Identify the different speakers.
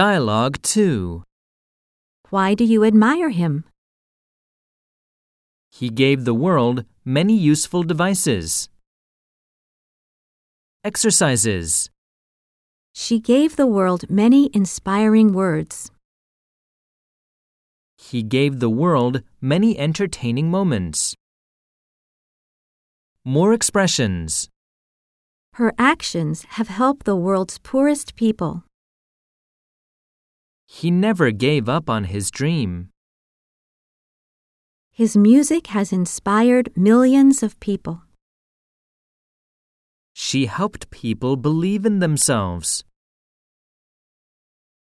Speaker 1: Dialogue 2.
Speaker 2: Why do you admire him?
Speaker 1: He gave the world many useful devices. Exercises.
Speaker 2: She gave the world many inspiring words.
Speaker 1: He gave the world many entertaining moments. More expressions.
Speaker 2: Her actions have helped the world's poorest people.
Speaker 1: He never gave up on his dream.
Speaker 2: His music has inspired millions of people.
Speaker 1: She helped people believe in themselves.